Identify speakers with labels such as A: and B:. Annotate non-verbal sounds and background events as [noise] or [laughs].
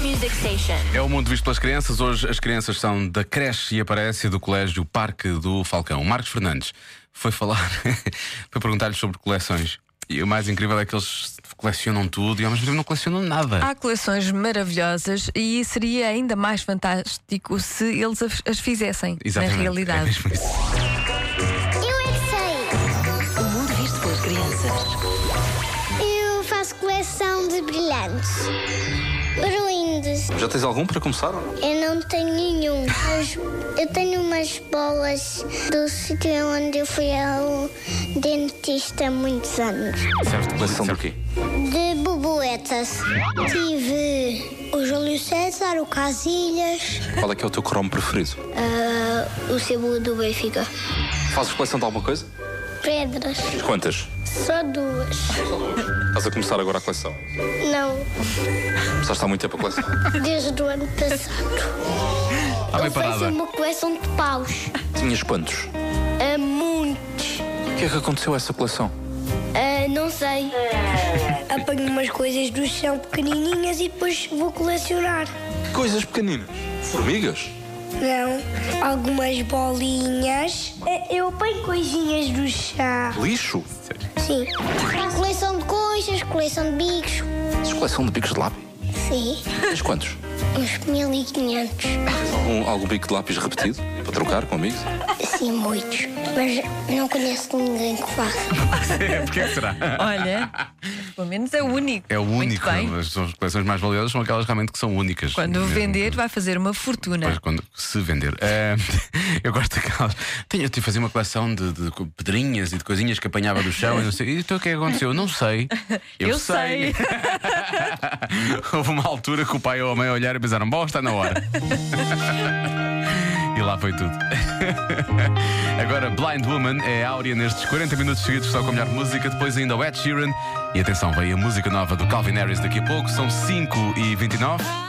A: Music Station.
B: É o mundo visto pelas crianças. Hoje as crianças são da creche e aparece do colégio Parque do Falcão. Marcos Fernandes foi falar, [laughs] foi perguntar-lhes sobre coleções. E o mais incrível é que eles colecionam tudo e ao mesmo tempo não colecionam nada.
C: Há coleções maravilhosas e seria ainda mais fantástico se eles as- as fizessem
B: Exatamente.
C: na
B: É
C: realidade.
B: mesmo isso.
D: Eu é que sei.
A: O mundo visto pelas crianças.
D: Eu faço coleção de brilhantes. Brindes.
B: Já tens algum para começar?
D: Eu não tenho nenhum. Mas Eu tenho umas bolas do sítio onde eu fui ao dentista há muitos anos.
B: Serve de coleção do quê?
D: De borboletas. Tive o Júlio César, o Casilhas, ah,
E: Qual é que é o teu cromo preferido?
D: o símbolo do Benfica.
E: Fazes coleção de alguma coisa?
D: Pedras.
E: Quantas?
D: Só duas.
E: Estás a começar agora a coleção.
D: Não,
E: Começaste há muito tempo a [laughs] coleção.
D: desde o ano
B: [laughs]
D: passado.
B: Está Tá bem
D: eu faço
B: parada.
D: uma coleção de paus.
E: Tinhas quantos?
D: A muitos.
E: O que é que aconteceu a essa coleção?
D: Ah, não sei. Apanho umas coisas do chão pequenininhas e depois vou colecionar.
E: Coisas pequeninas. Formigas?
D: Não, algumas bolinhas. É, Eu apanho coisinhas do chão.
E: Lixo?
D: Sim. Coleção de coisas, coleção de bicos.
E: Fazes é coleção de bicos de lápis?
D: Sim.
E: Tens [laughs] quantos?
D: Uns 15500.
E: Tens algum, algum bico de lápis repetido? Para trocar com amigos?
D: Sim, muitos. Mas não conheço ninguém que faça.
B: Porquê que será?
C: Olha, pelo menos é único.
B: É o único.
C: Muito bem.
B: As são as coleções mais valiosas são aquelas realmente que são únicas.
C: Quando
B: Mesmo.
C: vender, né? vai fazer uma
B: Pois,
C: fortuna.
B: quando se vender. Ah, [laughs] eu gosto daquelas. Tenho, eu tive de fazer uma coleção de, de pedrinhas e de coisinhas que apanhava do chão e não sei. E então o que é que aconteceu? Eu não
C: [laughs]
B: sei.
C: Eu sei.
B: [laughs] Houve uma altura que o pai ou a mãe olharam e pensaram: bom, está na hora. [laughs] e lá foi tudo. [laughs] Agora, Blind Woman é áurea nestes 40 minutos seguidos, só com a melhor música. Depois ainda o Ed Sheeran. E atenção, veio a música nova do Calvin Harris daqui a pouco. São 5 e 29